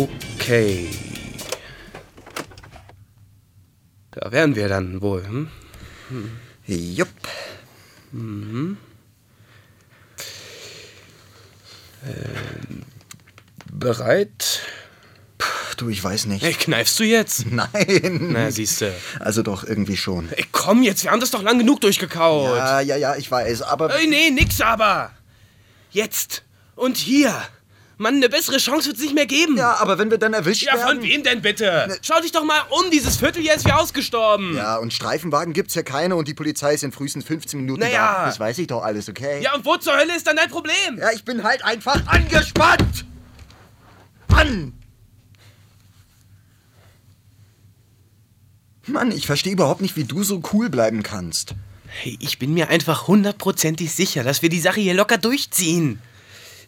Okay. Da wären wir dann wohl. Hm? Jupp. Mhm. Ähm, Bereit? Du, ich weiß nicht. Ey, kneifst du jetzt? Nein. Na, siehste. Also doch, irgendwie schon. Ey, komm jetzt, wir haben das doch lang genug durchgekaut. Ja, ja, ja, ich weiß, aber... Ey, nee, nix aber. Jetzt und hier. Mann, eine bessere Chance wird's nicht mehr geben. Ja, aber wenn wir dann erwischt Ja, von werden... wem denn bitte? Schau dich doch mal um, dieses Viertel hier ist wie ausgestorben. Ja, und Streifenwagen gibt's ja keine und die Polizei ist in frühestens 15 Minuten Naja. da. Das weiß ich doch alles, okay? Ja, und wo zur Hölle ist dann dein Problem? Ja, ich bin halt einfach angespannt! Mann! Mann, ich verstehe überhaupt nicht, wie du so cool bleiben kannst. Hey, ich bin mir einfach hundertprozentig sicher, dass wir die Sache hier locker durchziehen.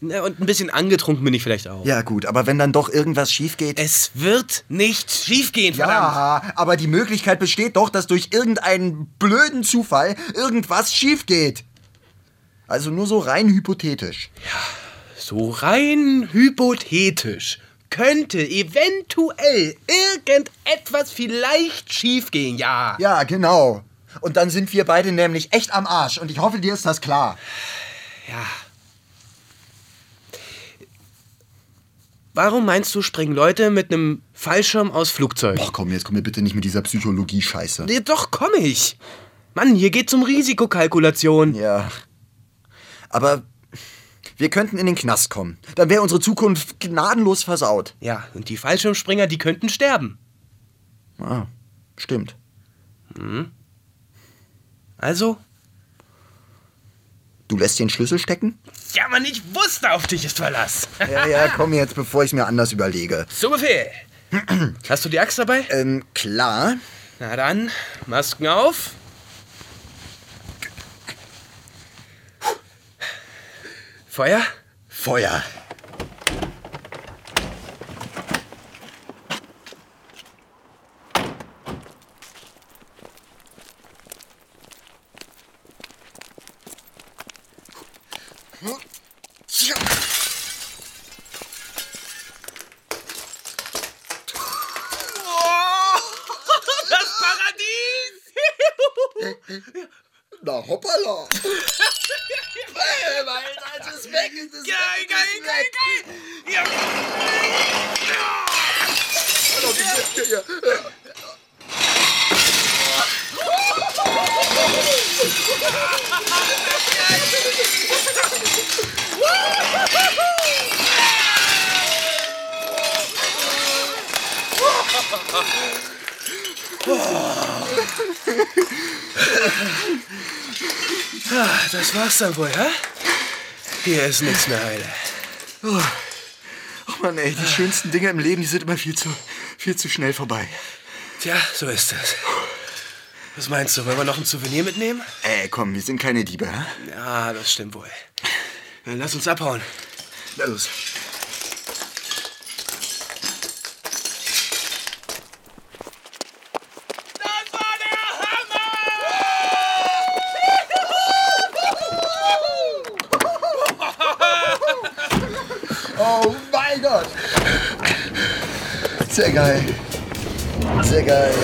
Na, und ein bisschen angetrunken bin ich vielleicht auch. Ja, gut, aber wenn dann doch irgendwas schief geht. Es wird nicht schiefgehen, verdammt. Ja, aber die Möglichkeit besteht doch, dass durch irgendeinen blöden Zufall irgendwas schief geht. Also nur so rein hypothetisch. So rein hypothetisch könnte eventuell irgendetwas vielleicht schiefgehen, ja. Ja, genau. Und dann sind wir beide nämlich echt am Arsch und ich hoffe, dir ist das klar. Ja. Warum meinst du, springen Leute mit einem Fallschirm aus Flugzeugen? Ach komm, jetzt komm mir bitte nicht mit dieser Psychologie-Scheiße. Nee, doch, komm ich. Mann, hier geht's um Risikokalkulation. Ja. Aber wir könnten in den Knast kommen. Dann wäre unsere Zukunft gnadenlos versaut. Ja, und die Fallschirmspringer, die könnten sterben. Ah, stimmt. Also? Du lässt den Schlüssel stecken? Ja, man, ich wusste, auf dich ist Verlass. Ja, ja, komm jetzt, bevor ich mir anders überlege. Zu Befehl. Hast du die Axt dabei? Ähm, klar. Na dann, Masken auf. Feuer? Feuer. Das Paradies! Na hoppala. Geil, geil, geil, geil! Ja, ah, das war's dann wohl, hä? Hier ist nichts mehr heile. Oh Mann, ey, die schönsten Dinge im Leben, die sind immer viel zu, viel zu schnell vorbei. Tja, so ist es. Was meinst du, wollen wir noch ein Souvenir mitnehmen? Ey, Äh, komm, wir sind keine Diebe, hä? Ja, das stimmt wohl. Dann lass uns abhauen. Na los. Oh mein Gott! Sehr geil. Sehr geil.